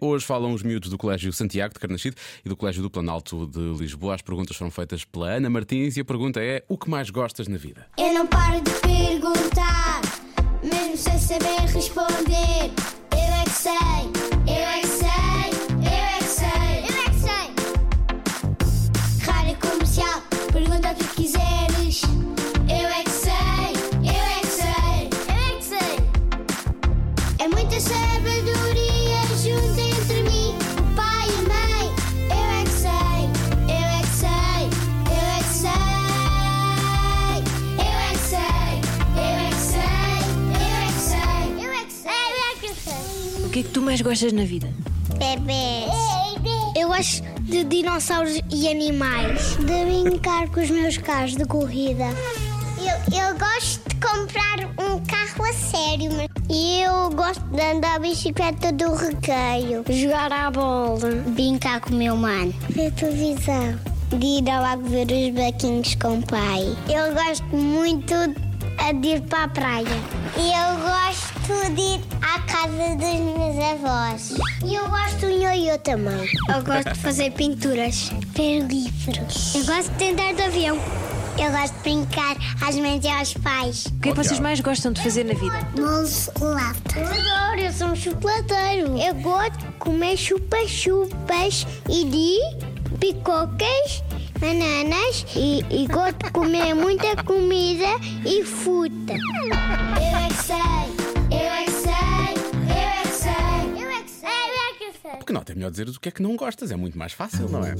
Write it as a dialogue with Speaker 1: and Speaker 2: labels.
Speaker 1: Hoje falam os miúdos do Colégio Santiago de Carnaxide e do Colégio do Planalto de Lisboa. As perguntas foram feitas pela Ana Martins e a pergunta é: o que mais gostas na vida?
Speaker 2: Eu não paro de perguntar, mesmo sem saber responder. Eu é que sei, eu é que sei, eu é que sei, eu é que sei. Rádio comercial, pergunta o que quiseres. Eu é que sei, eu é que sei, eu é que sei. É muita sabedoria junto entre mim, o pai e a mãe. Eu é que sei, eu é que sei, eu é que sei. Eu é que sei, eu é que sei, eu é que sei. Eu é que sei, eu é que sei.
Speaker 3: O que é que tu mais gostas na vida?
Speaker 2: Bebês. Eu gosto de dinossauros e animais. De brincar com os meus carros de corrida. Eu, eu gosto de comprar um carro a sério. mas- E eu gosto de andar a bicicleta do recreio. Jogar à bola. Brincar com o meu mano. Ver televisão. De ir ao lago ver os baquinhos com o pai. Eu gosto muito de ir para a praia. E eu gosto de ir à casa dos meus avós. E eu gosto do ioiô também. Eu gosto de fazer pinturas. Ver livros. Eu gosto de andar de avião. Eu gosto de brincar às mães e aos pais.
Speaker 3: O que é que vocês mais gostam de fazer na vida?
Speaker 2: Bolo de chocolate. Eu adoro, eu sou um chocolateiro. Eu gosto de comer chupa-chupas e de picocas, bananas e, e gosto de comer muita comida e fruta. Eu é que sei, eu é que sei, eu é que sei, eu é que sei, eu é que sei.
Speaker 1: Porque não, é melhor dizer o que é que não gostas, é muito mais fácil, não é?